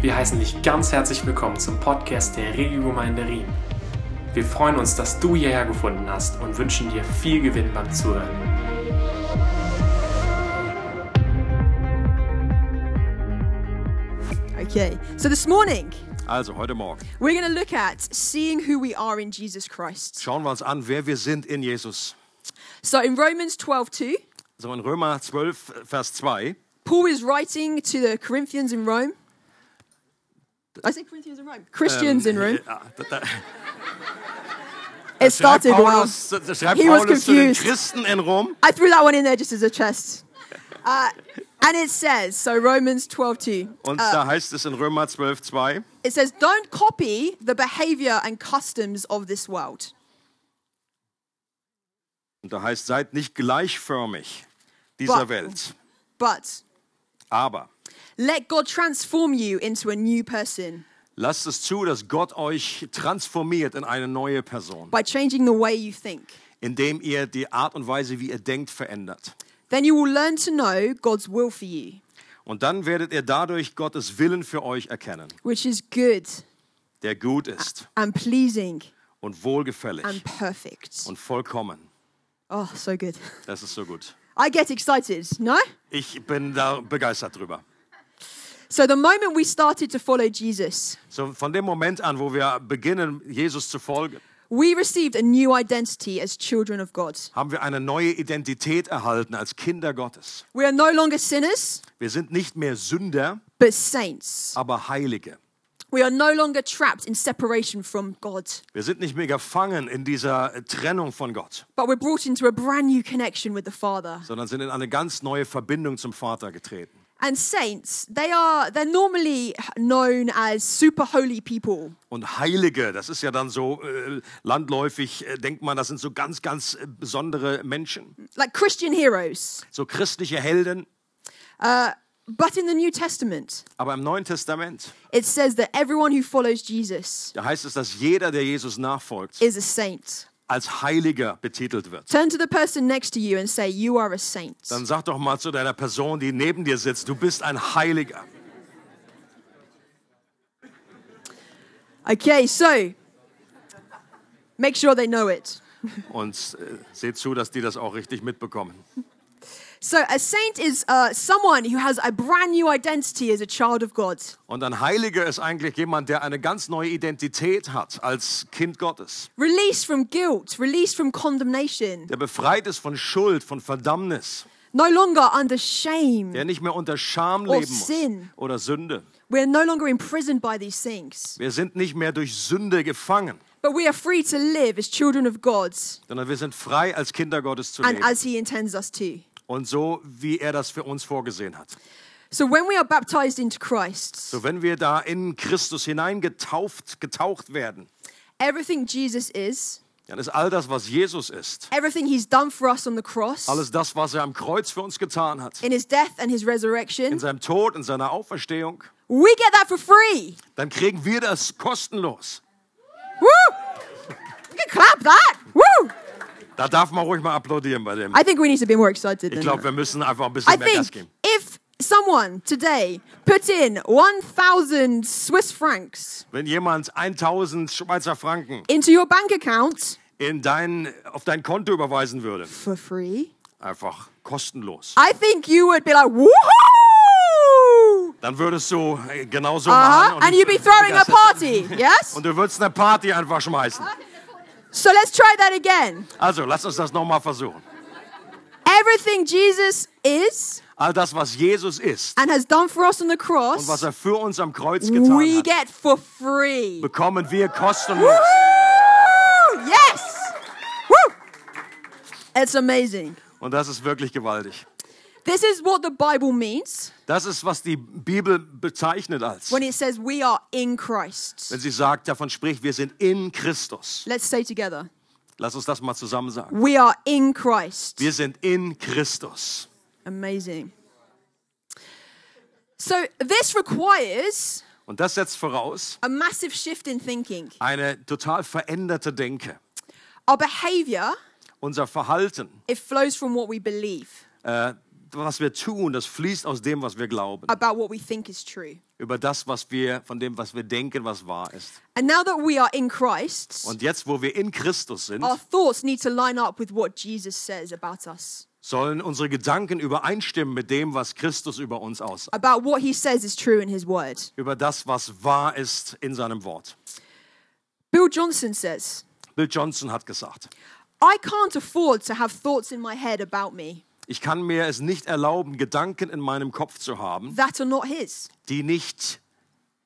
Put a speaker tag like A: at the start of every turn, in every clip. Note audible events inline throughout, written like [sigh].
A: Wir heißen dich ganz herzlich willkommen zum Podcast der Regiogemeinde Riem. Wir freuen uns, dass du hierher gefunden hast und wünschen dir viel Gewinn beim Zuhören.
B: Okay, so this morning
C: Also heute Morgen
B: we're going to look at seeing who we are in Jesus Christ.
C: schauen wir uns an, wer wir sind in Jesus.
B: So in Romans 12 2,
C: So in Römer 12, Vers 2,
B: Paul is writing to the Corinthians in Rome. I say Corinthians in Rome,
C: Um,
B: Christians in
C: Äh,
B: Rome. It
C: schreibt
B: started well.
C: Paulus, äh, schreibt
B: He was
C: Paulus zu den
B: confused.
C: Christen in Rom.
B: I threw that one in there just as a chest. Uh, and it says, so Romans 12 2,
C: Und da heißt es in Römer 12, 2,
B: it says, don't copy the behavior and customs of this world.
C: und da heißt, seid nicht gleichförmig dieser
B: But-
C: Welt,
B: But
C: aber
B: let God transform you into a new person
C: lasst es zu, dass Gott euch transformiert in eine neue Person,
B: by changing the way you think.
C: indem ihr die Art und Weise, wie ihr denkt, verändert.
B: Then you will learn to know God's will for you,
C: Und dann werdet ihr dadurch Gottes Willen für euch erkennen,
B: which is good
C: der gut
B: Ah.
C: ist
B: and pleasing
C: und wohlgefällig
B: and perfect.
C: und vollkommen.
B: Oh, so good.
C: Das ist so gut.
B: I get excited, no?
C: Ich bin da begeistert drüber.
B: So, the moment we started to follow Jesus,
C: So von dem Moment an, wo wir beginnen, Jesus zu folgen,
B: we received a new identity as children of God.
C: haben wir eine neue Identität erhalten als Kinder Gottes.
B: We are no longer sinners,
C: Wir sind nicht mehr Sünder,
B: but saints.
C: aber Heilige.
B: We are no longer trapped in separation from God,
C: Wir sind nicht mehr gefangen in dieser Trennung von Gott,
B: but we're brought into a brand new connection with the Father.
C: sondern sind in eine ganz neue Verbindung zum Vater getreten.
B: And saints, they are they're normally known as super holy people.
C: Und Heilige, das ist ja dann so äh, landläufig, äh, denkt man, das sind so ganz, ganz äh, besondere Menschen,
B: like Christian heroes.
C: so christliche Helden.
B: But in the New Testament,
C: Aber im Neuen Testament,
B: it says that everyone who follows Jesus
C: da heißt es, dass jeder, der Jesus nachfolgt,
B: is a saint.
C: als Heiliger betitelt wird.
B: Turn to the person next to you and say, You are a saint.
C: Dann sag doch mal zu deiner Person, die neben dir sitzt, du bist ein Heiliger.
B: Okay, so make sure they know it.
C: Und äh, seht zu, dass die das auch richtig mitbekommen.
B: So, a saint is uh, someone who has a brand new identity as a child of God.
C: Und ein Heiliger ist eigentlich jemand, der eine ganz neue Identität hat als Kind Gottes,
B: Released from guilt, released from condemnation,
C: der befreit ist von Schuld, von Verdammnis,
B: no longer under shame.
C: der nicht mehr unter Scham
B: Or
C: leben muss
B: sin.
C: oder Sünde.
B: We're no longer imprisoned by these things,
C: Wir sind nicht mehr durch Sünde gefangen,
B: but we are free to live as children of God
C: sondern wir sind frei als Kinder Gottes zu
B: and
C: leben
B: as He intends us to.
C: und so, wie er das für uns vorgesehen hat.
B: So when we are baptized into Christ,
C: So, wenn wir da in Christus hineingetauft, getaucht werden,
B: everything Jesus is,
C: dann ist all das, was Jesus ist,
B: everything he's done for us on the cross,
C: alles das, was er am Kreuz für uns getan hat,
B: in his death and his
C: in
B: resurrection,
C: seinem Tod, in seiner Auferstehung,
B: we get that for free.
C: dann kriegen wir das kostenlos.
B: Woo! You can clap that. Woo!
C: Da darf man ruhig mal applaudieren bei dem.
B: I think we need to be more excited
C: Ich
B: than
C: glaube,
B: that.
C: wir müssen einfach ein
B: I
C: bisschen mehr Gas
B: think
C: geben.
B: if someone today put in 1,000 Swiss francs
C: Wenn jemand 1000 Schweizer Franken
B: into your bank account
C: in dein, auf dein Konto überweisen würde,
B: for free,
C: einfach kostenlos,
B: I think you would be like, woohoo!
C: dann würdest du äh, genauso
B: Uh-huh.
C: machen.
B: And you'd be throwing a party, yes?
C: Und du würdest eine Party einfach schmeißen.
B: So let's try that again.
C: Also, lass uns das nochmal versuchen.
B: Everything Jesus is
C: All das, was Jesus ist
B: and has done for us on the
C: und was
B: cross,
C: er für uns am Kreuz getan
B: we
C: hat,
B: get for free.
C: bekommen wir kostenlos.
B: Woo! Yes! Woo! It's amazing.
C: Und das ist wirklich gewaltig.
B: This is what the Bible means
C: Das ist, was die Bibel bezeichnet als,
B: when it says we are in Christ.
C: wenn sie sagt, davon spricht, wir sind in Christus.
B: Let's say together
C: Lass uns das mal zusammen sagen.
B: we are in Christ.
C: Wir sind in Christus.
B: Amazing. So, this requires
C: Und das setzt voraus
B: a massive shift in thinking.
C: eine total veränderte Denke.
B: Our behavior,
C: Unser Verhalten,
B: it flows from what we believe.
C: äh, was wir tun, das fließt aus dem, was wir glauben.
B: about what we think is true.
C: Über das, was wir, von dem, was wir denken, was wahr ist.
B: And now that we are in Christ,
C: Und jetzt, wo wir in Christus sind,
B: our thoughts need to line up with what Jesus says about us,
C: sollen unsere Gedanken übereinstimmen mit dem, was Christus über uns aussagt.
B: about what he says is true in his word.
C: Über das, was wahr ist in seinem Wort.
B: Bill Johnson says,
C: Bill Johnson hat gesagt,
B: I can't afford to have thoughts in my head about me
C: ich kann mir es nicht erlauben, Gedanken in meinem Kopf zu haben,
B: that are not his.
C: die nicht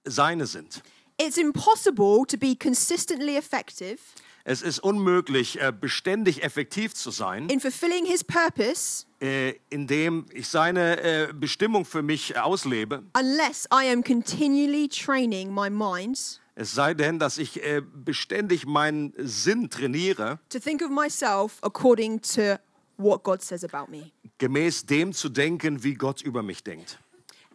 C: seine sind.
B: It's impossible to be consistently effective
C: Es ist unmöglich, äh, beständig effektiv zu sein,
B: in fulfilling his purpose
C: äh, indem ich seine äh, Bestimmung für mich äh, auslebe,
B: unless I am continually training my mind
C: es sei denn, dass ich äh, beständig meinen Sinn trainiere,
B: to think of myself according to what God says about me.
C: gemäß dem zu denken, wie Gott über mich denkt.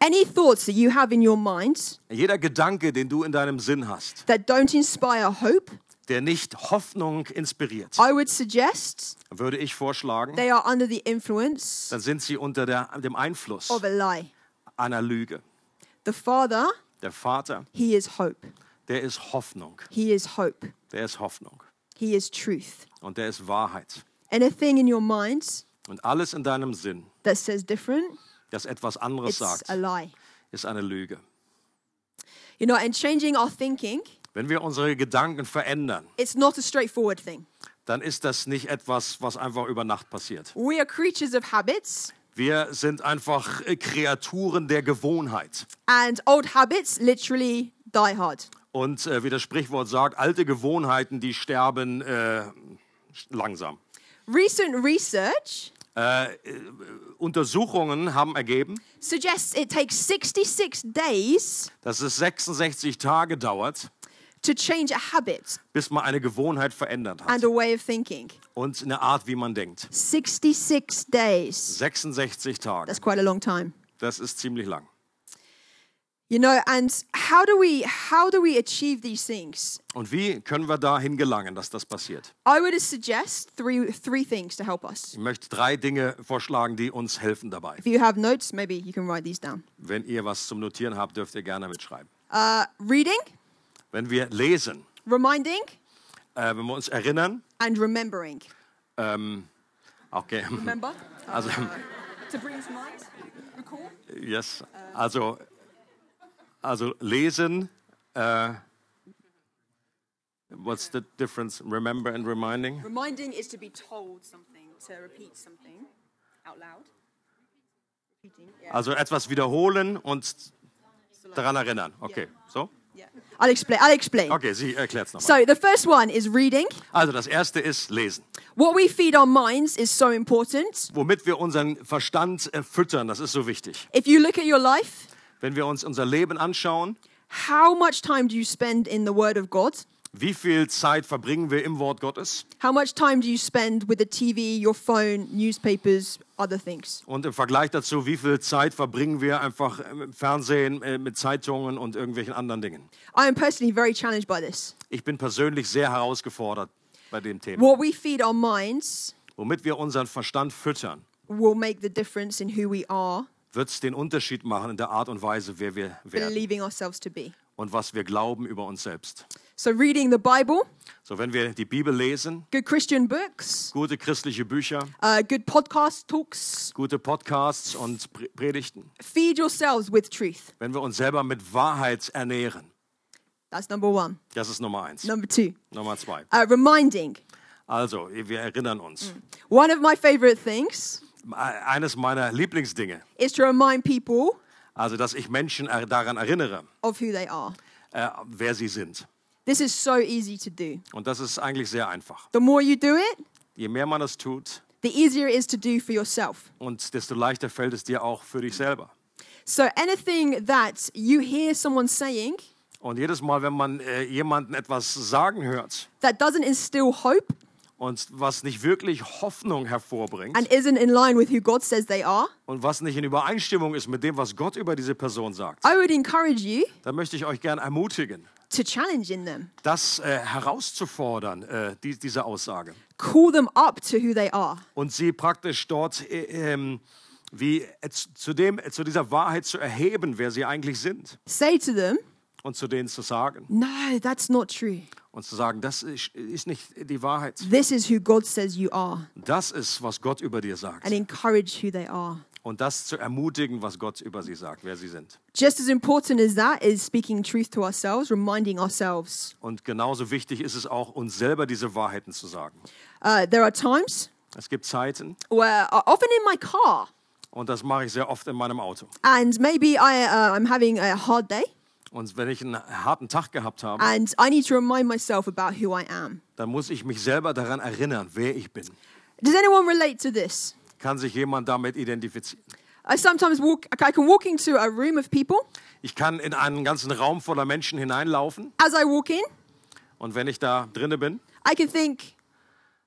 B: Any thoughts that you have in your mind
C: Jeder Gedanke, den du in deinem Sinn hast,
B: that don't inspire hope,
C: der nicht Hoffnung inspiriert,
B: I would suggest
C: würde ich vorschlagen,
B: they are under the influence
C: dann sind sie unter der, dem Einfluss
B: of a lie.
C: einer Lüge.
B: The Father,
C: Der Vater,
B: He is hope.
C: der ist Hoffnung,
B: He is hope.
C: der ist Hoffnung
B: He is truth.
C: und der ist Wahrheit.
B: Anything in your mind
C: Und alles in deinem Sinn,
B: that says different,
C: das etwas anderes
B: it's
C: sagt,
B: a lie.
C: ist eine Lüge.
B: You know, and changing our thinking,
C: Wenn wir unsere Gedanken verändern,
B: it's not a straightforward thing.
C: dann ist das nicht etwas, was einfach über Nacht passiert.
B: We are creatures of habits,
C: Wir sind einfach äh, Kreaturen der Gewohnheit.
B: and old habits literally die hard.
C: Und äh, wie das Sprichwort sagt, alte Gewohnheiten, die sterben äh, langsam.
B: Recent research
C: Untersuchungen haben ergeben,
B: suggests it takes 66 days
C: dass es 66 Tage dauert,
B: to change a habit
C: bis man eine Gewohnheit verändert hat
B: and a way of thinking.
C: und eine Art, wie man denkt.
B: 66 days.
C: 66 Tage,
B: That's quite a long time.
C: das ist ziemlich lang.
B: You know, and how do we how do we achieve these things?
C: Und wie können wir dahin gelangen, dass das passiert?
B: I would suggest three three things to help us.
C: Ich möchte drei Dinge vorschlagen, die uns helfen dabei.
B: If you have notes, maybe you can write these down.
C: Wenn ihr was zum Notieren habt, dürft ihr gerne mitschreiben.
B: Uh, reading,
C: Wenn wir lesen,
B: reminding,
C: äh, wenn wir uns erinnern,
B: and remembering.
C: ähm, okay, [laughs]
B: Remember
C: also,
B: to bring to mind, recall.
C: yes, also, also lesen, äh, what's the difference, remember and reminding?
B: Reminding is to be told something, to repeat something out loud. Repeating, yeah,
C: Also etwas wiederholen und daran erinnern. Okay, so?
B: yeah. I'll explain. I'll explain.
C: Okay, sie erklärt's nochmal.
B: So the first one is reading.
C: Also das erste ist lesen.
B: What we feed our minds is so important.
C: Womit wir unseren Verstand äh, füttern, das ist so wichtig.
B: If you look at your life,
C: Wenn wir uns unser Leben anschauen,
B: how much time do you spend in the Word of God?
C: Wie viel Zeit verbringen wir im Wort Gottes?
B: How much time do you spend with the TV, your phone, newspapers, other things?
C: Und im Vergleich dazu, wie viel Zeit verbringen wir einfach im Fernsehen, äh, mit Zeitungen und irgendwelchen anderen Dingen?
B: I am personally very challenged by this.
C: Ich bin persönlich sehr herausgefordert bei dem Thema.
B: What we feed our minds
C: Womit wir unseren Verstand füttern,
B: will make the difference in who we are,
C: wird es den Unterschied machen in der Art und Weise, wer wir werden
B: believing ourselves to be.
C: und was wir glauben über uns selbst.
B: So, reading the Bible,
C: So, wenn wir die Bibel lesen,
B: good Christian books,
C: gute christliche Bücher,
B: uh, good podcast talks,
C: gute Podcasts und Pre- Predigten,
B: feed yourselves with truth.
C: wenn wir uns selber mit Wahrheit ernähren,
B: That's number one.
C: das ist Nummer eins.
B: Number two,
C: Nummer zwei.
B: uh, reminding.
C: Also, wir erinnern uns.
B: One of my favorite things
C: eines meiner Lieblingsdinge.
B: is to remind people
C: Also, dass ich Menschen er- daran erinnere,
B: of who they are.
C: äh, wer sie sind.
B: This is so easy to do.
C: Und das ist eigentlich sehr einfach.
B: The more you do it,
C: Je mehr man das tut,
B: the easier it is to do for yourself.
C: und desto leichter fällt es dir auch für dich selber.
B: So anything that you hear someone saying
C: Und jedes Mal, wenn man äh, jemanden etwas sagen hört
B: that doesn't instill hope
C: und was nicht wirklich Hoffnung hervorbringt
B: and isn't in line with who God says they are,
C: und was nicht in Übereinstimmung ist mit dem, was Gott über diese Person sagt,
B: I would encourage you
C: dann möchte ich euch gern ermutigen,
B: to challenge in them.
C: das äh, herauszufordern, äh, die, diese Aussage.
B: Call them up to who they are.
C: und sie praktisch dort äh, ähm, wie äh, zu, zu dem, äh, zu dieser Wahrheit zu erheben, wer sie eigentlich sind
B: Say to them,
C: und zu denen zu sagen
B: No, that's not true.
C: und zu sagen, das ist, ist nicht die Wahrheit.
B: This is who God says you are,
C: Das ist, was Gott über dir
B: and
C: sagt
B: encourage who they are.
C: und das zu ermutigen, was Gott über sie sagt, wer sie sind.
B: Just as important as that is speaking truth to ourselves, reminding ourselves.
C: Und genauso wichtig ist es auch, uns selber diese Wahrheiten zu sagen.
B: Uh, there are times
C: Es gibt Zeiten,
B: where, uh, often in my car,
C: und das mache ich sehr oft in meinem Auto.
B: and maybe I, uh, I'm having a hard day,
C: Und wenn ich einen harten Tag gehabt habe,
B: and I need to remind myself about who I am.
C: dann muss ich mich selber daran erinnern, wer ich bin.
B: Does anyone relate to this?
C: Kann sich jemand damit identifizieren?
B: I sometimes walk, I can walk into a room of people.
C: Ich kann in einen ganzen Raum voller Menschen hineinlaufen
B: As I walk in,
C: und wenn ich da drinne bin,
B: I can think,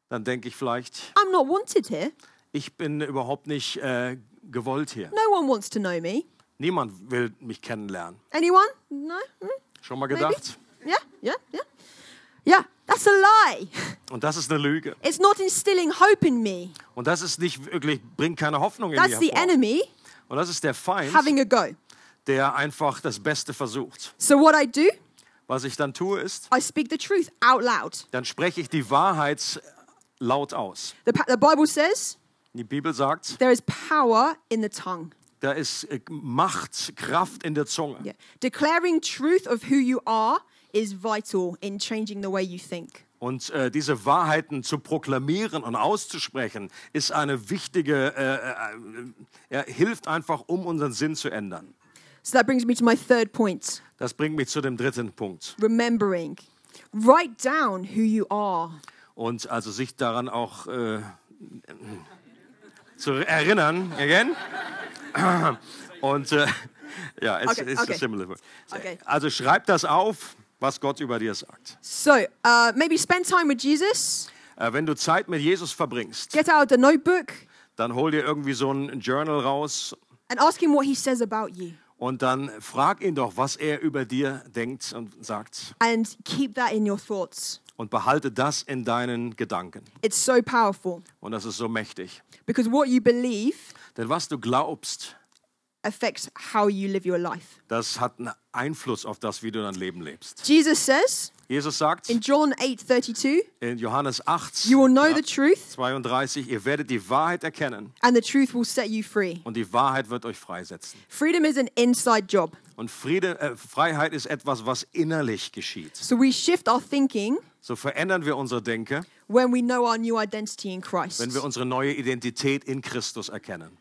C: dann denke ich vielleicht,
B: I'm not wanted here.
C: ich bin überhaupt nicht äh, gewollt hier.
B: No one wants to know me.
C: Niemand will mich kennenlernen.
B: Anyone? No? Hmm?
C: Schon mal gedacht?
B: Yeah, yeah, yeah. Yeah, that's a lie. [laughs]
C: Und das ist eine Lüge.
B: It's not instilling hope in me.
C: Und das ist nicht wirklich, bringt keine Hoffnung in
B: That's
C: dir
B: the
C: hervor.
B: enemy
C: Und das ist der Feind,
B: having a go.
C: der einfach das Beste versucht.
B: So, what I do,
C: Was ich dann tue ist,
B: I speak the truth out loud.
C: dann spreche ich die Wahrheit laut aus.
B: The, pa- the Bible says
C: Die Bibel sagt,
B: there is power in the tongue.
C: da ist äh, Macht, Kraft in der Zunge.
B: Yeah. Declaring truth of who you are is vital in changing the way you think.
C: Und äh, diese Wahrheiten zu proklamieren und auszusprechen, ist eine wichtige, äh, äh, äh, ja, hilft einfach, um unseren Sinn zu ändern.
B: So, that brings me to my third point
C: Das bringt mich zu dem dritten Punkt.
B: remembering. Write down who you are.
C: Und also sich daran auch äh, zu erinnern, again. [clears throat] Und äh, ja, it's,
B: Okay,
C: it's
B: okay.
C: a similar word.
B: Okay.
C: Also schreib das auf, was Gott über dir sagt.
B: So, uh, maybe spend time with Jesus,
C: Äh, wenn du Zeit mit Jesus verbringst,
B: get out a notebook,
C: dann hol dir irgendwie so ein Journal raus
B: and ask him what he says about you.
C: Und dann frag ihn doch, was er über dir denkt und sagt.
B: And keep that in your thoughts.
C: Und behalte das in deinen Gedanken.
B: It's so powerful
C: Und das ist so mächtig.
B: because what you believe
C: Denn was du glaubst,
B: affects how you live your life.
C: das hat einen Einfluss auf das, wie du dein Leben lebst.
B: Jesus says
C: Jesus sagt
B: in John 8:32,
C: in Johannes 8,
B: "You will know the truth,
C: 32, ihr werdet die Wahrheit erkennen
B: and the truth will set you free."
C: und die Wahrheit wird euch freisetzen.
B: Freedom is an inside job.
C: Und Friede, äh, Freiheit ist etwas, was innerlich geschieht.
B: So we shift our thinking
C: So verändern wir unser Denken,
B: when we know our new identity in Christ.
C: wenn wir unsere neue Identität in Christus erkennen.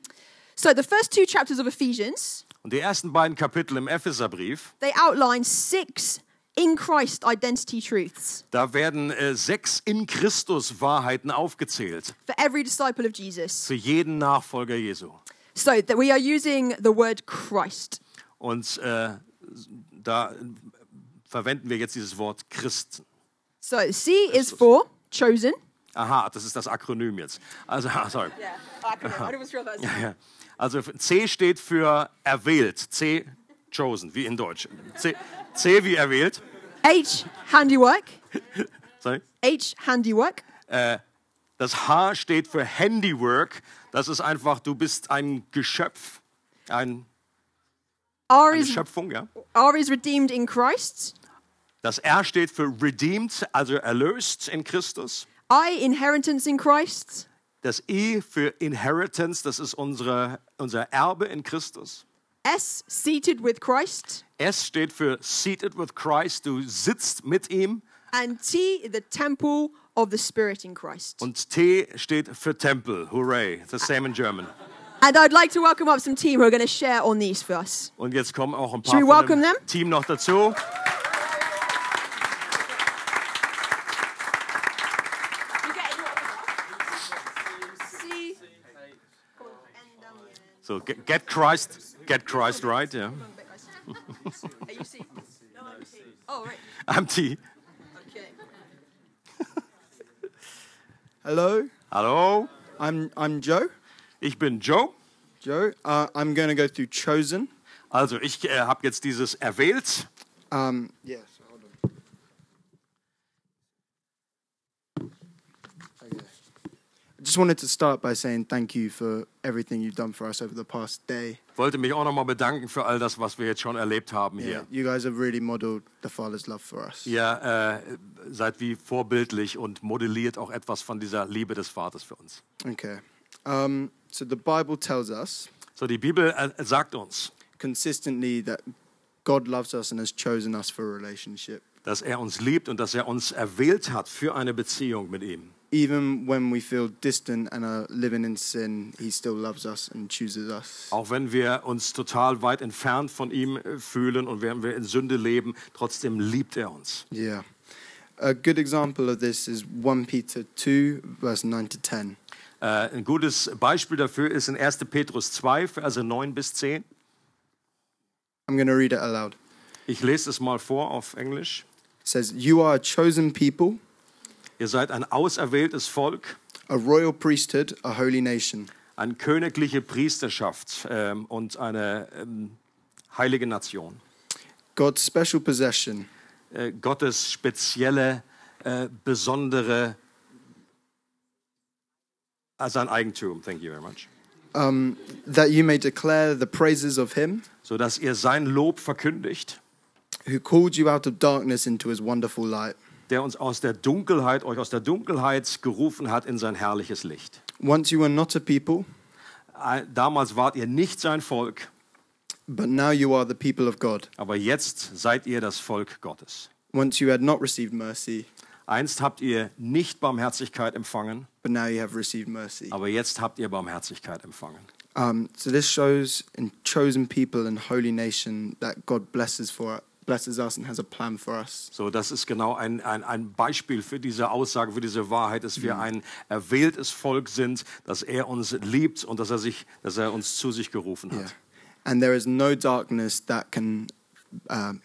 B: So the first two chapters of Ephesians,
C: Und die ersten beiden Kapitel im Epheserbrief,
B: they outline six in Christ identity truths
C: Da werden äh, sechs in Christus Wahrheiten aufgezählt
B: for every disciple of Jesus.
C: für jeden Nachfolger Jesu.
B: So that we are using the word Christ.
C: Und äh, da verwenden wir jetzt dieses Wort Christen.
B: So C is for chosen.
C: Aha, das ist das Akronym jetzt. Also, [laughs] ah, sorry.
B: Yeah, I was sure that was
C: Ja. Also C steht für erwählt. C chosen, wie in Deutsch. C, C wie erwählt.
B: [laughs] H handiwork.
C: Sorry.
B: H handiwork.
C: Das H steht für Handywork. Das ist einfach, du bist ein Geschöpf. Ein,
B: R
C: eine
B: is
C: Schöpfung, ja.
B: R is redeemed in Christ.
C: Das R steht für redeemed, also erlöst in Christus.
B: I inheritance in Christ.
C: Das E für inheritance, das ist unsere, unser Erbe in Christus.
B: S seated with Christ.
C: S steht für seated with Christ, du sitzt mit ihm.
B: And T the temple of the Spirit in Christ.
C: Und T steht für Tempel, hooray, the same in German.
B: And I'd like to welcome up some team who are going to share on these for us.
C: Und jetzt kommen auch ein paar
B: Should we
C: von
B: welcome
C: dem
B: them?
C: Team noch dazu.
B: C.
C: So, get get Christ, get Christ right, ja. [laughs] Yeah.
B: Are you C? No, I'm T. Oh, right.
C: I'm T.
B: Okay.
D: Hello,
C: Hallo,
D: I'm I'm Joe.
C: ich bin Joe.
D: Joe, uh, I'm going to go through chosen.
C: Also, ich äh, habe jetzt dieses erwählt.
D: Um, yes, hold on. Okay. just wanted to start by saying thank you for everything you've done for us over the past day.
C: Wollte mich auch nochmal bedanken für all das, was wir jetzt schon erlebt haben
D: Yeah,
C: hier.
D: You guys have really modeled the Father's love for us.
C: Ihr äh, seid wie vorbildlich und modelliert auch etwas von dieser Liebe des Vaters für uns.
D: Okay. Um, so the Bible tells us
C: So, die Bibel äh, sagt uns,
D: consistently that God loves us and has chosen us for a relationship,
C: dass er uns liebt und dass er uns erwählt hat für eine Beziehung mit ihm.
D: even when we feel distant and are living in sin. He still loves us and chooses us.
C: Auch wenn wir uns total weit entfernt von ihm äh, fühlen und wenn wir in Sünde leben, trotzdem liebt er uns.
D: Yeah. A good example of this is 1 Peter 2, verse 9 to 10.
C: Äh, ein gutes Beispiel dafür ist in 1. Petrus 2, Verse 9 bis 10.
D: I'm going to read it aloud.
C: Ich lese es mal vor auf Englisch.
D: It says, You are a chosen people,
C: Ihr seid ein auserwähltes Volk,
D: a royal priesthood, a holy nation,
C: eine königliche Priesterschaft ähm, und eine ähm, heilige Nation.
D: God's special possession,
C: Äh, Gottes spezielle, äh, besondere, äh, sein Eigentum, thank you very much.
D: um, that you may declare the praises of him
C: So dass ihr sein Lob verkündigt,
D: who called you out of darkness into his wonderful light.
C: der uns aus der Dunkelheit, euch aus der Dunkelheit gerufen hat in sein herrliches Licht.
D: Once you were not a people,
C: Äh, Damals wart ihr nicht sein Volk,
D: but now you are the people of God.
C: aber jetzt seid ihr das Volk Gottes.
D: Once you had not received mercy,
C: Einst habt ihr nicht Barmherzigkeit empfangen,
D: but now you have received mercy.
C: aber jetzt habt ihr Barmherzigkeit empfangen.
D: Um, so this shows in chosen people and holy nation that God blesses for blesses us and has a plan for us.
C: So, das ist genau ein, ein, ein Beispiel für diese Aussage, für diese Wahrheit, dass wir ein erwähltes Volk sind, dass er uns liebt und dass er, sich, dass er uns zu sich gerufen hat.
D: And there is no darkness that can um,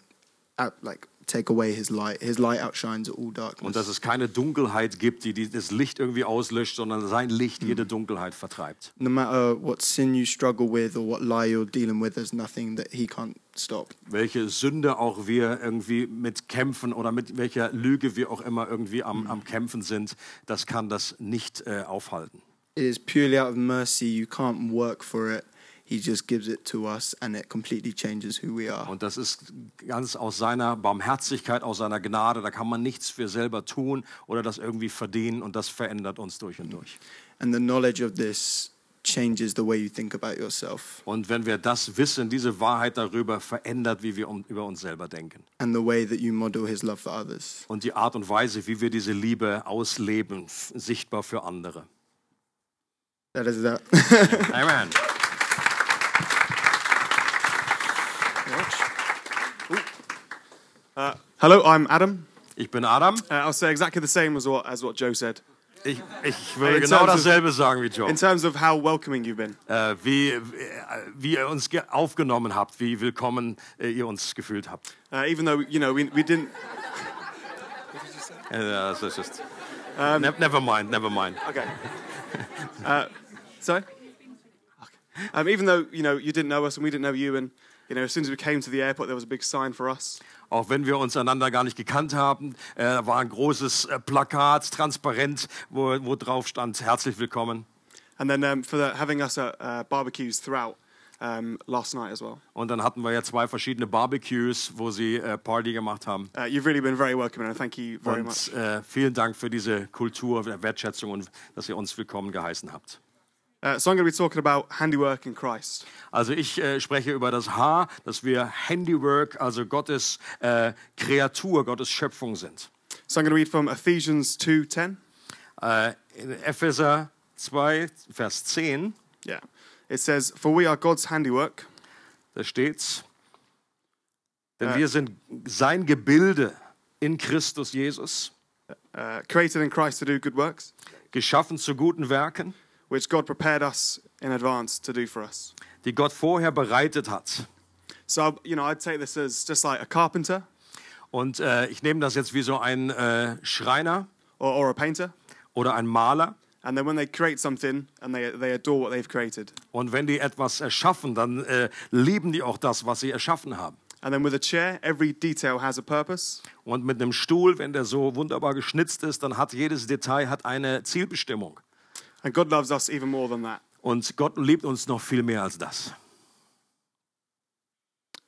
D: out, like take away his light. His light outshines all darkness.
C: Und dass es keine Dunkelheit gibt, die, die das Licht irgendwie auslöscht, sondern sein Licht jede Dunkelheit vertreibt.
D: no matter what sin you struggle with or what lie you're dealing with, there's nothing that he can't stop.
C: Welche Sünde auch wir irgendwie mit kämpfen oder mit welcher Lüge wir auch immer irgendwie am, am Kämpfen sind, das kann das nicht äh, aufhalten.
D: It is purely out of mercy. You can't work for it. He just gives it to us, and it completely changes who we are.
C: Und das ist ganz aus seiner Barmherzigkeit, aus seiner Gnade. Da kann man nichts für selber tun oder das irgendwie verdienen. Und das verändert uns durch und durch.
D: And the knowledge of this changes the way you think about yourself
C: Und wenn wir das wissen, diese Wahrheit darüber verändert, wie wir um, über uns selber denken.
D: and the way that you model his love for others.
C: Und die Art und Weise, wie wir diese Liebe ausleben, f- sichtbar für andere.
D: That is that.
C: Amen.
E: Uh, Hello, I'm Adam.
C: Ich bin Adam.
E: Uh, I'll say exactly [laughs] the same as what, as what Joe said.
C: Ich, ich würde
E: In
C: genau
E: terms of-
C: dasselbe sagen wie Joe.
E: In terms of how welcoming you've been,
C: Äh, wie, äh, wie ihr uns ge- aufgenommen habt, wie willkommen äh, ihr uns gefühlt habt.
E: uh, even though, you know, we, we didn't.
C: Äh, das ist just, ne never mind, never mind.
E: Okay. Uh, sorry? Okay. Um, even though, you know, you didn't know us and we didn't know you, and, you know, as soon as we came to the airport, there was a big sign for us.
C: Auch wenn wir uns einander gar nicht gekannt haben, äh, war ein großes äh, Plakat, transparent, wo, wo drauf stand, herzlich willkommen.
E: And then um, for the, having us at uh, barbecues throughout um, last night as well.
C: Und dann hatten wir ja zwei verschiedene Barbecues, wo sie äh, Party gemacht haben.
E: Uh, you've really been very welcoming, and thank you very much.
C: Und äh, vielen Dank für diese Kultur der Wertschätzung und dass ihr uns willkommen geheißen habt.
E: Uh, so I'm going to be talking about handiwork in Christ.
C: Also ich äh, spreche über das Haar, dass wir Handywork, also Gottes äh, Kreatur, Gottes Schöpfung sind.
E: So I'm going to read from Ephesians 2.10.
C: Äh, in Epheser 2, Vers 10,
E: Yeah. It says, For we are God's handiwork,
C: Da steht's. Denn wir sind sein Gebilde in Christus Jesus,
E: uh, created in Christ to do good works,
C: geschaffen zu guten Werken,
E: which God prepared us in advance to do for us.
C: die Gott vorher bereitet hat.
E: So, you know, I'd take this as just like a carpenter
C: Und äh, ich nehme das jetzt wie so ein äh, Schreiner
E: or, or a painter.
C: oder ein Maler.
E: And then when they create something and they, they adore what they've created.
C: Und wenn die etwas erschaffen, dann äh, lieben die auch das, was sie erschaffen haben.
E: And then with a chair, every detail has a purpose.
C: Und mit einem Stuhl, wenn der so wunderbar geschnitzt ist, dann hat jedes Detail hat eine Zielbestimmung.
E: And God loves us even more than that.
C: Und Gott liebt uns noch viel mehr als das.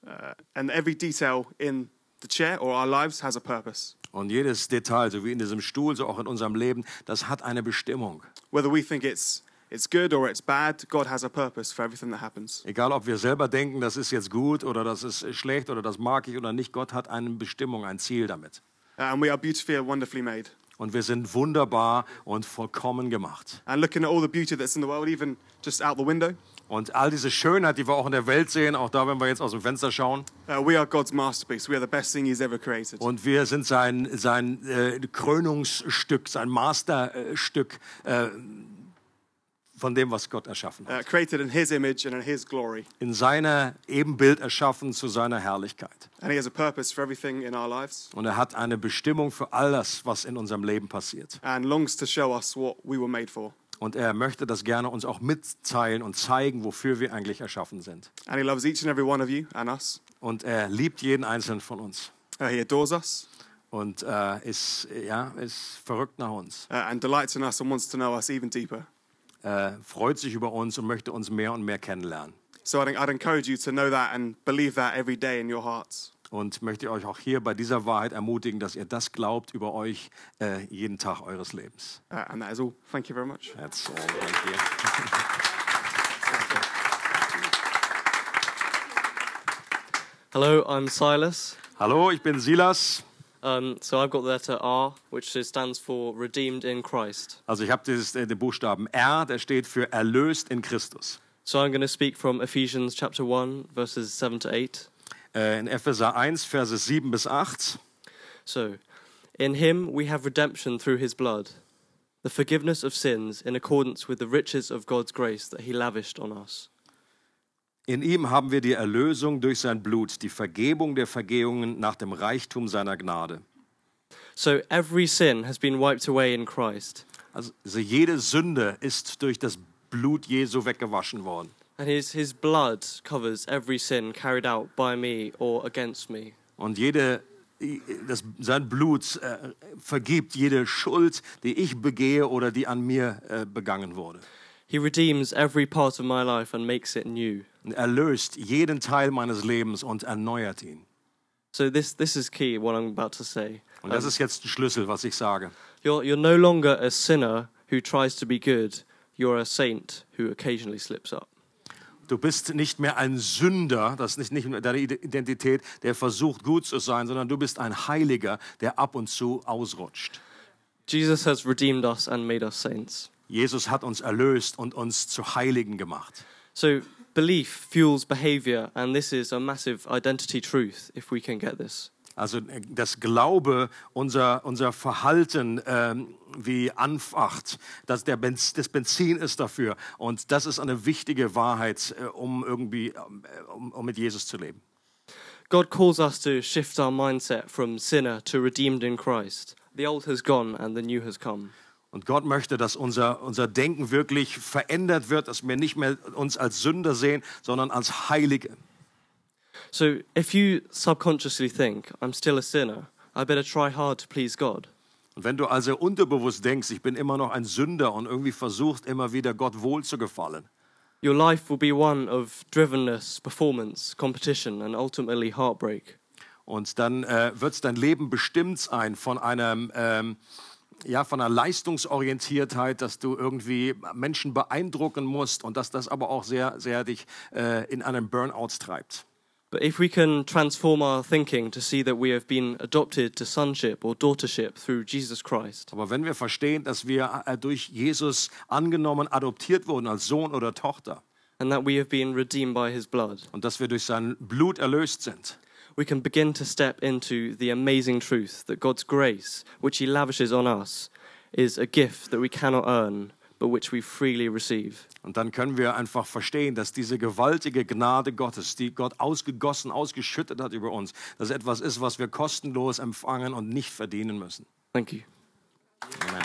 E: Uh, and every detail in the chair or our lives has a purpose.
C: Und jedes Detail, so wie in diesem Stuhl, so auch in unserem Leben, das hat eine Bestimmung.
E: Whether we think it's, it's good or it's bad, God has a purpose for everything that happens.
C: Egal, ob wir selber denken, das ist jetzt gut oder das ist schlecht oder das mag ich oder nicht, Gott hat eine Bestimmung, ein Ziel damit.
E: Uh, and we are beautifully and wonderfully made.
C: Und wir sind wunderbar und vollkommen gemacht.
E: And looking at all the beauty that's in the world, even just out the window,
C: Und all diese Schönheit, die wir auch in der Welt sehen, auch da, wenn wir jetzt aus dem Fenster schauen,
E: uh, we are God's masterpiece. We are the best thing He's ever created.
C: und wir sind sein, sein äh, Krönungsstück, sein Masterstück äh, von dem, was Gott erschaffen hat.
E: Uh, created in His image and in His glory.
C: In seiner Ebenbild erschaffen zu seiner Herrlichkeit.
E: And He has a purpose for everything in our lives
C: Und er hat eine Bestimmung für all das, was in unserem Leben passiert.
E: and longs to show us what we were made for.
C: Und er möchte das gerne uns auch mitteilen und zeigen, wofür wir eigentlich erschaffen sind.
E: And He loves each and every one of you and us.
C: Und er liebt jeden Einzelnen von uns
E: Uh, he adores us
C: und äh, ist, ja, ist verrückt nach uns,
E: uh, and delights in us and wants to know us even deeper.
C: äh, freut sich über uns und möchte uns mehr und mehr kennenlernen.
E: So I'd, I'd encourage you to know that and believe that every day in your hearts.
C: Und möchte euch auch hier bei dieser Wahrheit ermutigen, dass ihr das glaubt über euch äh, jeden Tag eures Lebens.
E: Uh, and that is all. Thank you very much.
C: That's all. Thank you.
F: Hello, I'm Silas.
C: Hallo, ich bin Silas.
F: Um, so I've got the letter R, which is- stands for redeemed in Christ.
C: Also ich habe dieses- äh, den Buchstaben R, der steht für erlöst in Christus.
F: So I'm going to speak from Ephesians chapter 1, verses 7 to 8.
C: Äh, in Epheser 1, Verse 7 bis 8.
F: So, in him we have redemption through his blood, the forgiveness of sins in accordance with the riches of God's grace that he lavished on us.
C: In ihm haben wir die Erlösung durch sein Blut, die Vergebung der Vergehungen nach dem Reichtum seiner Gnade.
F: So every sin has been wiped away in Christ,
C: Also also jede Sünde ist durch das Blut Jesu weggewaschen worden.
F: and his, his blood covers every sin carried out by me or against me.
C: Und jede, das, sein Blut äh, vergibt jede Schuld, die ich begehe oder die an mir äh, begangen wurde.
F: He redeems every part of my life and makes it new.
C: Und erlöst jeden Teil meines Lebens und erneuert ihn.
F: So this this is key. What I'm about to say.
C: Und das ist jetzt ein Schlüssel, was ich sage.
F: You're you're no longer a sinner who tries to be good. You're a saint who occasionally slips up.
C: Du bist nicht mehr ein Sünder, das ist nicht, nicht mehr deine Identität, der versucht gut zu sein, sondern du bist ein Heiliger, der ab und zu ausrutscht.
F: Jesus has redeemed us and made us saints.
C: Jesus hat uns erlöst und uns zu Heiligen gemacht.
F: So belief fuels behavior, and this is a massive identity truth. If we can get this,
C: Also äh, das Glaube, unser, unser Verhalten ähm, wie Anfacht, das, der Benz, das Benzin ist dafür. Und das ist eine wichtige Wahrheit, äh, um irgendwie ähm, äh, um, um mit Jesus zu leben.
F: God calls us to shift our mindset from sinner to redeemed in Christ. The old has gone and the new has come.
C: Und Gott möchte, dass unser, unser Denken wirklich verändert wird, dass wir nicht mehr uns als Sünder sehen, sondern als Heilige.
F: So if you subconsciously think I'm still a sinner, I better try hard to please God.
C: Und wenn du also unterbewusst denkst, ich bin immer noch ein Sünder und irgendwie versuchst, immer wieder Gott wohl zu gefallen,
F: Your life will be one of drivenness, performance, competition, and ultimately heartbreak.
C: und dann äh, wird dein Leben bestimmt sein von einem... Ähm, ja, von einer Leistungsorientiertheit, dass du irgendwie Menschen beeindrucken musst und dass das aber auch sehr, sehr dich äh, in einen Burnout treibt.
F: But if we can transform our thinking to see that we have been adopted to sonship or daughtership through Jesus Christ,
C: Aber wenn wir verstehen, dass wir äh, durch Jesus angenommen, adoptiert wurden als Sohn oder Tochter
F: and that we have been redeemed by his blood,
C: und dass wir durch sein Blut erlöst sind,
F: we can begin to step into the amazing truth that God's grace, which he lavishes on us, is a gift that we cannot earn, but which we freely receive.
C: und dann können wir einfach verstehen, dass diese gewaltige Gnade Gottes, die Gott ausgegossen, ausgeschüttet hat über uns, dass etwas ist, was wir kostenlos empfangen und nicht verdienen müssen.
F: Thank you.
C: Amen.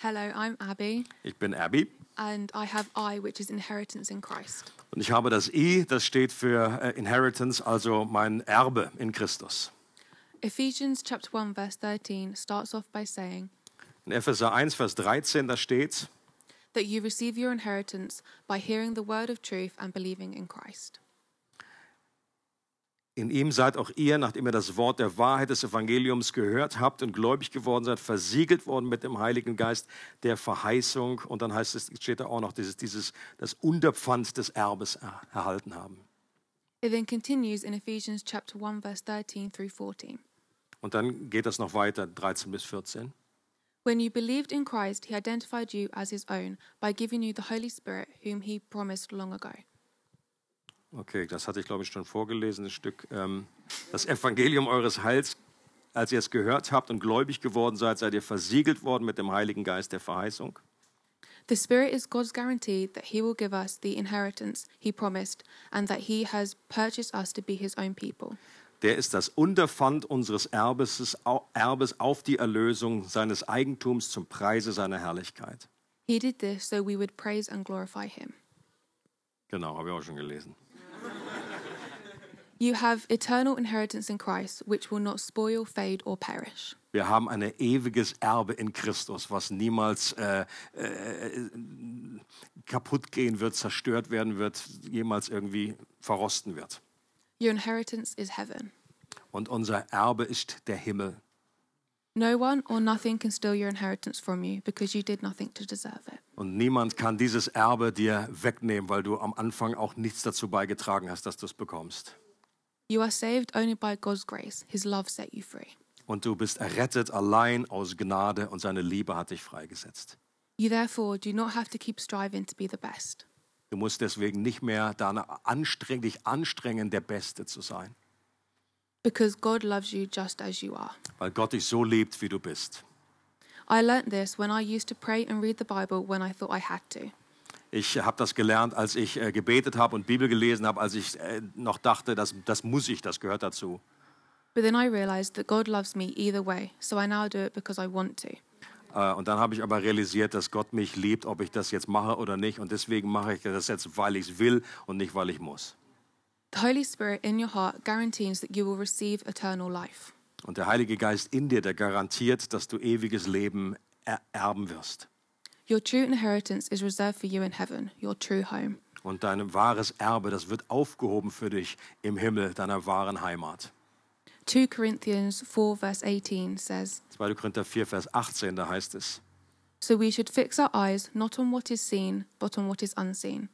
G: Hello, I'm Abby,
C: Ich bin Abby
G: and I have I, which is inheritance in Christ.
C: und ich habe das I, das steht für äh, Inheritance, also mein Erbe in Christus.
G: Ephesians chapter 1 verse 13 starts off by saying
C: In Epheser 1, Vers 13, da steht,
G: that you receive your inheritance by hearing the word of truth and believing in Christ.
C: in ihm seid auch ihr, nachdem ihr das Wort der Wahrheit des Evangeliums gehört habt und gläubig geworden seid, versiegelt worden mit dem Heiligen Geist der Verheißung. Und dann heißt es, steht da auch noch, dieses, dieses, das Unterpfand des Erbes er, erhalten haben.
G: It then continues in Ephesians chapter 1 verse 13 through 14.
C: Und dann geht das noch weiter, 13 bis 14.
G: When you believed in Christ, he identified you as his own by giving you the Holy Spirit whom he promised long ago.
C: Okay, das hatte ich, glaube ich, schon vorgelesen, das Stück. Ähm, das Evangelium eures Heils, als ihr es gehört habt und gläubig geworden seid, seid ihr versiegelt worden mit dem Heiligen Geist der Verheißung.
G: The Spirit is God's guarantee that He will give us the inheritance He promised and that He has purchased us to be His own people.
C: Der ist das Unterpfand unseres Erbes, Erbes auf die Erlösung seines Eigentums zum Preise seiner Herrlichkeit.
G: He did this so we would praise and glorify Him.
C: Genau, habe ich auch schon gelesen.
G: You have eternal inheritance in Christ, which will not spoil, fade, or perish.
C: Wir haben ein ewiges Erbe in Christus, was niemals äh, äh, kaputt gehen wird, zerstört werden wird, jemals irgendwie verrosten wird.
G: Your inheritance is heaven.
C: Und unser Erbe ist der Himmel.
G: No one or nothing can steal your inheritance from you because you did nothing to deserve it.
C: Und niemand kann dieses Erbe dir wegnehmen, weil du am Anfang auch nichts dazu beigetragen hast, dass du es bekommst.
G: You are saved only by God's grace. His love set you free.
C: Und du bist errettet allein aus Gnade und seine Liebe hat dich freigesetzt.
G: You therefore do not have to keep striving to be the best.
C: Du musst deswegen nicht mehr danach anstreng, dich anstrengen, der Beste zu sein,
G: Because God loves you just as you are.
C: weil Gott dich so liebt, wie du bist.
G: I learnt this when I used to pray and read the Bible when I thought I had to.
C: Ich habe das gelernt, als ich äh, gebetet habe und Bibel gelesen habe, als ich äh, noch dachte, das, das muss ich, das gehört dazu.
G: But then I realised that God loves me either way, so I now do it because I want to.
C: Äh, Und dann habe ich aber realisiert, dass Gott mich liebt, ob ich das jetzt mache oder nicht. Und deswegen mache ich das jetzt, weil ich es will und nicht, weil ich muss.
G: The Holy Spirit in your heart guarantees that you will receive eternal life.
C: Und der Heilige Geist in dir, der garantiert, dass du ewiges Leben er erben wirst.
G: Your true inheritance is reserved for you in heaven, your true home.
C: Und dein wahres Erbe, das wird aufgehoben für dich im Himmel, deiner wahren Heimat.
G: 2 Corinthians 4, verse 18 says,
C: 2. Korinther 4, Vers 18, da heißt es,
G: So we should fix our eyes not on what is seen, but on what is unseen.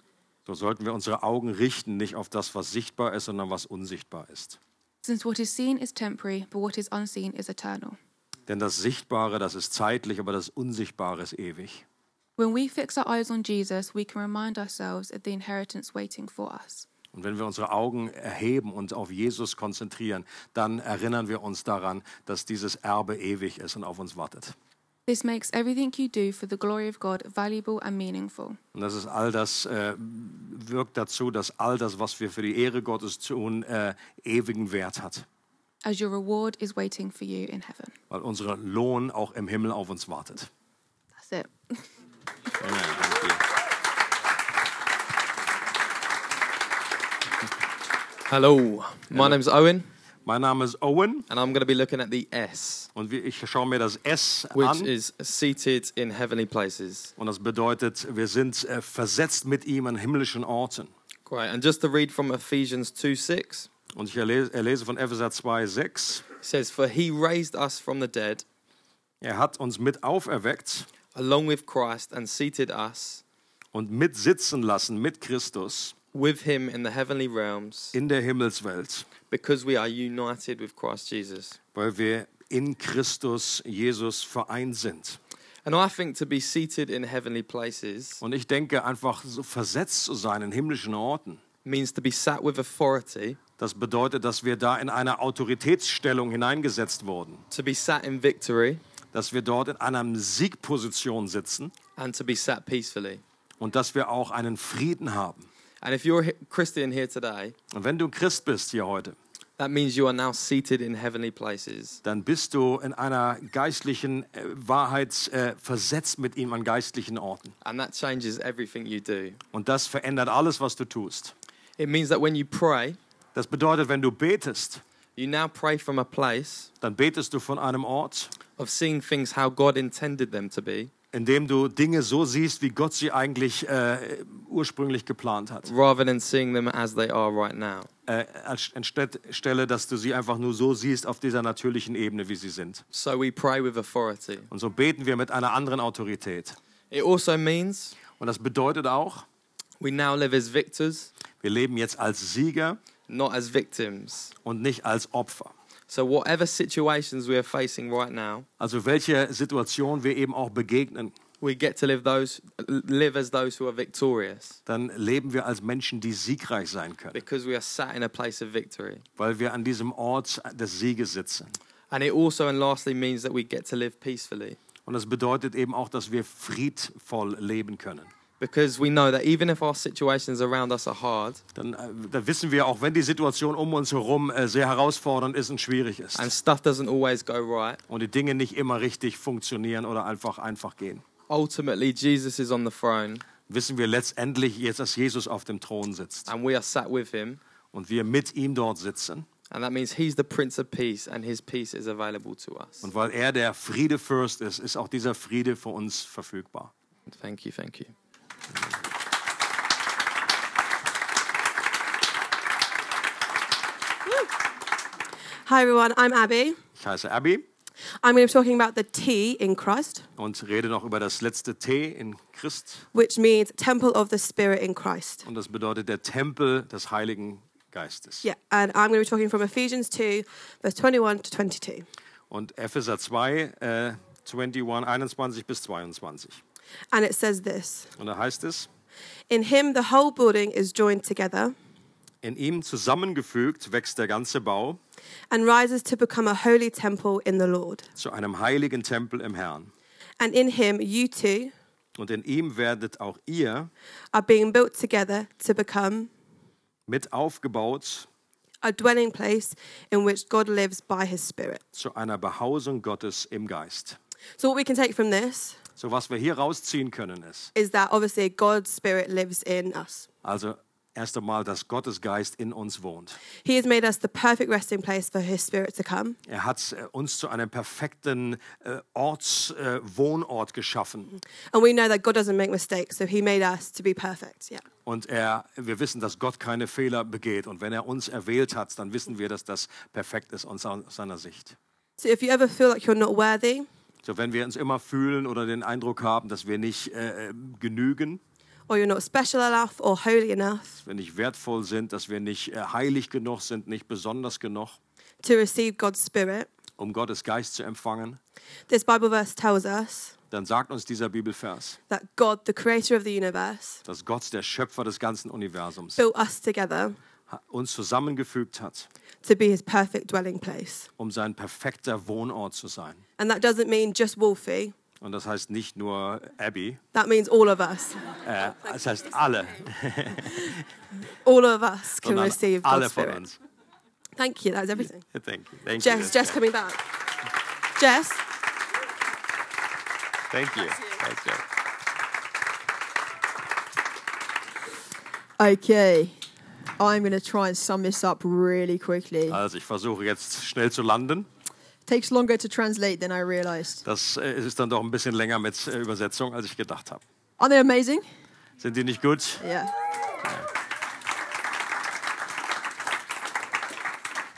C: so sollten wir unsere Augen richten, nicht auf das, was sichtbar ist, sondern was unsichtbar ist.
G: Since what is seen is temporary, but what is unseen is eternal.
C: Denn das Sichtbare, das ist zeitlich, aber das Unsichtbare ist ewig.
G: When we fix our eyes on Jesus, we can remind ourselves of the inheritance waiting for us.
C: Und wenn wir unsere Augen erheben und auf Jesus konzentrieren, dann erinnern wir uns daran, dass dieses Erbe ewig ist und auf uns wartet.
G: This makes everything you do for the glory of God valuable and meaningful.
C: Und das ist all das, äh, wirkt dazu, dass all das, was wir für die Ehre Gottes tun, äh, ewigen Wert hat.
G: as your reward is waiting for you in heaven.
C: Weil unser Lohn auch im Himmel auf uns wartet.
G: That's it.
C: Amen. Thank you.
H: Hello, my name's Owen,
C: Mein Name ist Owen
H: and I'm going to be looking at the S,
C: und wir- ich schaue mir das S
H: which
C: an.
H: is seated in heavenly places.
C: Und das bedeutet, wir sind äh, versetzt mit ihm an himmlischen Orten.
H: Great. And just to read from Ephesians 2 6,
C: Und ich erlese, erlese von Epheser 2, 6.
H: it says, For he raised us from the dead
C: Er hat uns mit auferweckt
H: along with Christ and seated us
C: und mit sitzen lassen mit Christus
H: with him in the heavenly realms
C: in der Himmelswelt,
H: because we are united with Christ Jesus.
C: weil wir in Christus Jesus vereint sind.
H: And I think to be seated in heavenly places
C: Und ich denke, einfach so versetzt zu sein in himmlischen Orten,
H: means to be sat with authority,
C: das bedeutet, dass wir da in eine Autoritätsstellung hineingesetzt wurden,
H: to be sat in victory,
C: dass wir dort in einer Siegposition sitzen
H: and to be sat peacefully.
C: und dass wir auch einen Frieden haben.
H: And if you're a Christian here today,
C: Und wenn du Christ bist hier heute,
H: That means you are now seated in heavenly places.
C: dann bist du in einer geistlichen äh, Wahrheit äh, versetzt mit ihm an geistlichen Orten.
H: And that changes everything you do.
C: Und das verändert alles, was du tust.
H: It means that when you pray,
C: Das bedeutet, wenn du betest,
H: You now pray from a place
C: dann betest du von einem Ort,
H: of seeing things how God intended them to be,
C: in dem du Dinge so siehst, wie Gott sie eigentlich äh, ursprünglich geplant hat.
H: rather than seeing them as they are right now.
C: Äh, anstelle, dass du sie einfach nur so siehst auf dieser natürlichen Ebene, wie sie sind.
H: So we pray with authority.
C: Und so beten wir mit einer anderen Autorität.
H: It also means
C: Und das bedeutet auch,
H: we now live as victors,
C: wir leben jetzt als Sieger
H: not as victims.
C: und nicht als Opfer.
H: So whatever situations we are facing right now,
C: Also welche Situation wir eben auch begegnen,
H: we get to live those live as those who are victorious
C: dann leben wir als Menschen, die siegreich sein können,
H: because we are sat in a place of victory.
C: weil wir an diesem Ort des Sieges sitzen.
H: And it also and lastly means that we get to live peacefully
C: Und das bedeutet eben auch, dass wir friedvoll leben können.
H: because we know that even if our situations around us are hard
C: Dann, äh, dann wissen wir auch, wenn die Situation um uns herum äh, sehr herausfordernd ist und schwierig ist
H: and stuff doesn't always go right,
C: und die Dinge nicht immer richtig funktionieren oder einfach einfach gehen,
H: ultimately Jesus is on the throne
C: wissen wir letztendlich jetzt, dass Jesus auf dem Thron sitzt
H: and we are sat with him.
C: und wir mit ihm dort sitzen.
H: And that means he's the Prince of Peace and his peace is available to us.
C: Und weil er der Friede First ist, ist auch dieser Friede für uns verfügbar.
H: Thank you, thank you.
B: Hi everyone, I'm Abby.
C: Ich heiße Abby
B: I'm going to be talking about the T in Christ,
C: und rede noch über das letzte T in Christ
B: which means temple of the Spirit in Christ.
C: und das bedeutet der Tempel des Heiligen Geistes.
B: Yeah, and I'm going to be talking from Ephesians 2, verse 21 to 22.
C: Und Epheser 2, äh, 21, 21 bis 22.
B: And it says this
C: Und da heißt es,
B: In him the whole building is joined together
C: in ihm zusammengefügt wächst der ganze Bau
B: and rises to become a holy temple in the Lord.
C: zu einem heiligen Tempel im Herrn.
B: And in him you two
C: Und in ihm werdet auch ihr
B: are being built together to become
C: mit aufgebaut
B: a dwelling place in which God lives by his Spirit.
C: zu einer Behausung Gottes im Geist.
B: So, what we can take from this
C: So was wir hier rausziehen können ist,
B: is that obviously God's Spirit lives in us.
C: also erst einmal, dass Gottes Geist in uns wohnt.
B: He has made us the perfect resting place for His Spirit to come.
C: Er hat äh, uns zu einem perfekten äh, Orts, äh, Wohnort geschaffen.
B: And we know that God doesn't make mistakes, so He made us to be perfect. Yeah.
C: Und er, wir wissen, dass Gott keine Fehler begeht. Und wenn er uns erwählt hat, dann wissen wir, dass das perfekt ist aus seiner Sicht.
B: So if you ever feel like you're not worthy,
C: So, wenn wir uns immer fühlen oder den Eindruck haben, dass wir nicht äh, genügen,
B: or you're not special enough or holy enough
C: dass wir nicht wertvoll sind, dass wir nicht äh, heilig genug sind, nicht besonders genug,
B: to receive God's Spirit,
C: um Gottes Geist zu empfangen,
B: this Bible verse tells us
C: dann sagt uns dieser Bibelvers,
B: that God, the creator of the universe,
C: dass Gott, der Schöpfer des ganzen Universums,
B: built us together
C: ha- uns zusammengefügt hat,
B: to be His perfect dwelling place.
C: um sein perfekter Wohnort zu sein.
B: And that doesn't mean just Wolfie,
C: Und das heißt nicht nur Abby,
B: that means all of us.
C: äh, das heißt alle,
B: All of us can
C: sondern
B: receive
C: alle
B: God's
C: von
B: Spirit.
C: uns.
B: Thank you, that is everything.
C: Thank you. Thank
B: Jess, Jess coming back. Jess.
C: Thank you.
I: Okay, I'm going to try and sum this up really quickly.
C: Also ich versuche jetzt schnell zu landen.
I: Takes longer to translate than I realized.
C: Das äh, ist dann doch ein bisschen länger mit äh, Übersetzung, als ich gedacht habe.
I: Aren't they amazing?
C: Sind die nicht gut?
I: Yeah.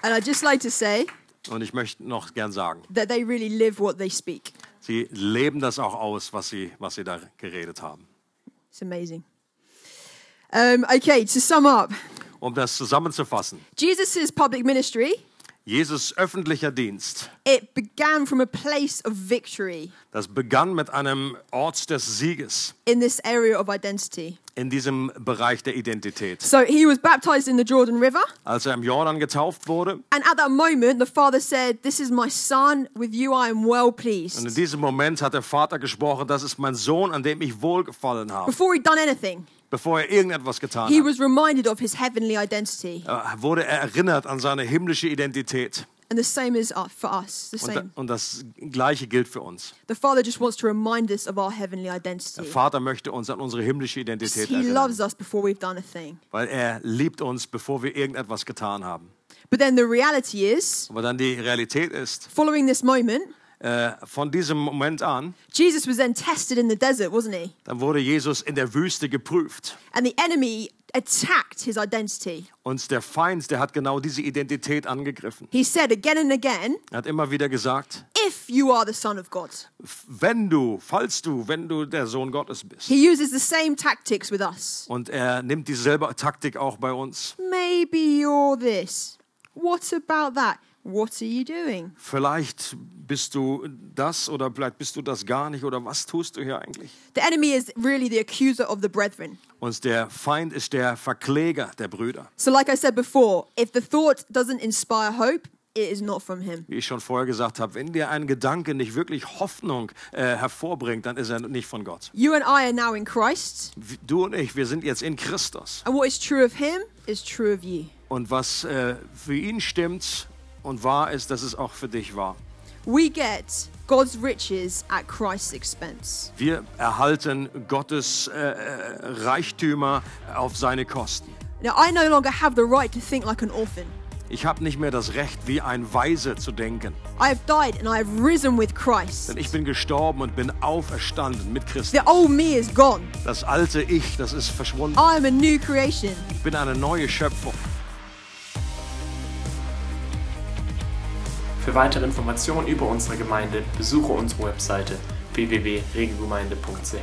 I: And I'd just like to say
C: Und ich möchte noch gern sagen,
I: that they really live what they speak.
C: sie leben das auch aus, was sie, was sie da geredet haben.
I: It's amazing. Um, okay, to sum up,
C: Um das zusammenzufassen,
I: Jesus' public ministry,
C: Jesus öffentlicher Dienst,
I: it began from a place of victory
C: das begann mit einem Ort des Sieges
I: in this area of identity.
C: in diesem Bereich der Identität.
I: So he was baptized in the Jordan River,
C: Als er im Jordan getauft wurde,
I: and at that moment, the father said, This is my son, with you I am well
C: und in
I: pleased.
C: diesem Moment hat der Vater gesprochen, das ist mein Sohn, an dem ich wohlgefallen habe.
I: Before he'd done anything,
C: Bevor er irgendetwas getan
I: he
C: hat,
I: was reminded of his heavenly identity.
C: äh, wurde er erinnert an seine himmlische Identität.
I: And the same is uh, for us, the
C: Und, da-
I: same.
C: und das Gleiche gilt für uns.
I: The Father just wants to remind us of our heavenly identity.
C: Der Vater möchte uns an unsere himmlische Identität
I: He loves
C: erinnern,
I: us before we've done a thing.
C: weil er liebt uns, bevor wir irgendetwas getan haben.
B: But then the reality is,
C: Aber dann die Realität ist,
B: following this moment,
C: äh, von diesem Moment an,
B: Jesus was then tested in the desert, wasn't he?
C: dann wurde Jesus in der Wüste geprüft.
B: And the enemy attacked his identity.
C: Und der Feind, der hat genau diese Identität angegriffen.
B: He said again and again,
C: Er hat immer wieder gesagt,
B: if you are the Son of God.
C: wenn du, falls du, wenn du der Sohn Gottes bist.
B: He uses the same tactics with us.
C: Und er nimmt dieselbe Taktik auch bei uns.
B: Maybe you're this. What about that? What are you doing?
C: Vielleicht bist du das oder vielleicht bist du das gar nicht oder was tust du hier eigentlich?
B: The enemy is really the accuser of the brethren.
C: Und der Feind ist der Verkläger der Brüder.
B: So, like I said before, if the thought doesn't inspire hope, it is not from him.
C: Wie ich schon vorher gesagt habe, wenn dir ein Gedanke nicht wirklich Hoffnung äh, hervorbringt, dann ist er nicht von Gott.
B: You and I are now in Christ,
C: W- Du und ich, wir sind jetzt in Christus.
B: and what is true of him is true of you.
C: Und was äh, für ihn stimmt und wahr ist, das ist auch für dich wahr.
B: We get God's riches at Christ's expense.
C: Wir erhalten Gottes äh, äh, Reichtümer auf seine Kosten.
B: Now, I no longer have the right to think like an orphan.
C: Ich habe nicht mehr das Recht, wie ein Weise zu denken.
B: I have died and I have risen with Christ.
C: Denn ich bin gestorben und bin auferstanden mit Christus.
B: The old me is gone.
C: Das alte Ich, das ist verschwunden.
H: Ah.
B: I am a new creation.
C: Ich bin eine neue Schöpfung.
A: Für weitere Informationen über unsere Gemeinde besuche unsere Webseite www.regelgemeinde.ch.